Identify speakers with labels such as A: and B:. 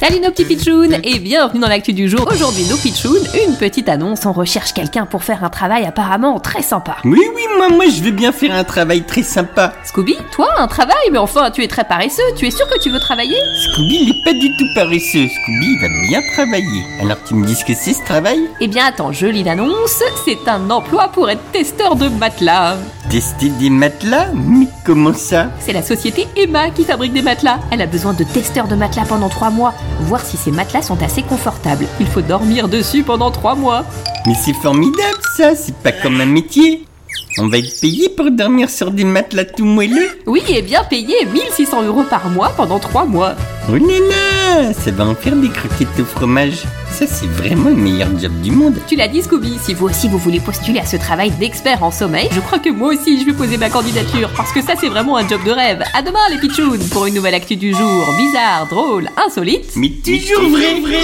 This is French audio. A: Salut nos petits pitchouns et bienvenue dans l'actu du jour. Aujourd'hui nos pitchouns, une petite annonce, on recherche quelqu'un pour faire un travail apparemment très sympa.
B: Oui, oui, moi, moi, je veux bien faire un travail très sympa.
A: Scooby, toi un travail Mais enfin tu es très paresseux, tu es sûr que tu veux travailler
B: Scooby, il est pas du tout paresseux. Scooby, il va bien travailler. Alors, tu me dis ce que c'est ce travail
A: Eh bien attends, je lis l'annonce, c'est un emploi pour être testeur de matelas.
B: Tester des matelas Mais comment ça
A: C'est la société Emma qui fabrique des matelas. Elle a besoin de testeurs de matelas pendant 3 mois, voir si ces matelas sont assez confortables. Il faut dormir dessus pendant 3 mois.
B: Mais c'est formidable, ça. C'est pas comme un métier. On va être payé pour dormir sur des matelas tout moelleux
A: Oui, et bien payé 1600 euros par mois pendant 3 mois.
B: Oh là là Ça va en faire des croquettes au fromage. Ça, c'est vraiment le meilleur job du monde.
A: Tu l'as dit Scooby, si vous aussi vous voulez postuler à ce travail d'expert en sommeil, je crois que moi aussi je vais poser ma candidature parce que ça c'est vraiment un job de rêve. À demain les pitchouns pour une nouvelle actu du jour, bizarre, drôle, insolite.
B: Mais toujours vrai.